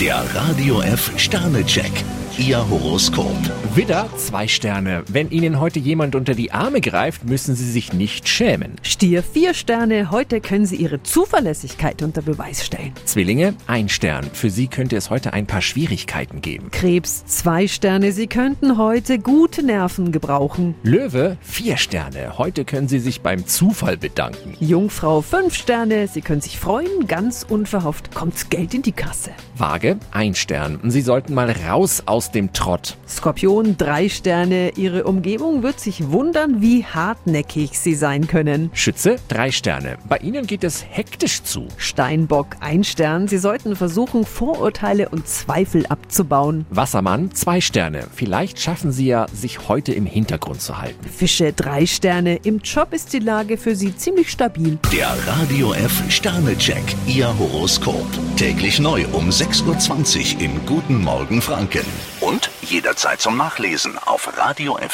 Der Radio F Sternecheck. Ihr Horoskop. Widder, zwei Sterne. Wenn Ihnen heute jemand unter die Arme greift, müssen Sie sich nicht schämen. Stier vier Sterne, heute können Sie Ihre Zuverlässigkeit unter Beweis stellen. Zwillinge, ein Stern. Für Sie könnte es heute ein paar Schwierigkeiten geben. Krebs zwei Sterne, Sie könnten heute gute Nerven gebrauchen. Löwe, vier Sterne. Heute können Sie sich beim Zufall bedanken. Jungfrau fünf Sterne, Sie können sich freuen, ganz unverhofft kommt Geld in die Kasse. Waage, ein Stern. Sie sollten mal raus aus dem Trott. Skorpion drei Sterne, Ihre Umgebung wird sich wundern, wie hartnäckig Sie sein können. Schütze, drei Sterne. Bei Ihnen geht es hektisch zu. Steinbock ein Stern, Sie sollten versuchen, Vorurteile und Zweifel abzubauen. Wassermann, zwei Sterne. Vielleicht schaffen Sie ja, sich heute im Hintergrund zu halten. Fische drei Sterne, im Job ist die Lage für Sie ziemlich stabil. Der Radio F Sternecheck. Ihr Horoskop. Täglich neu um 6.20 Uhr im Guten Morgen Franken. Und jederzeit zum Nachlesen auf radiof.de.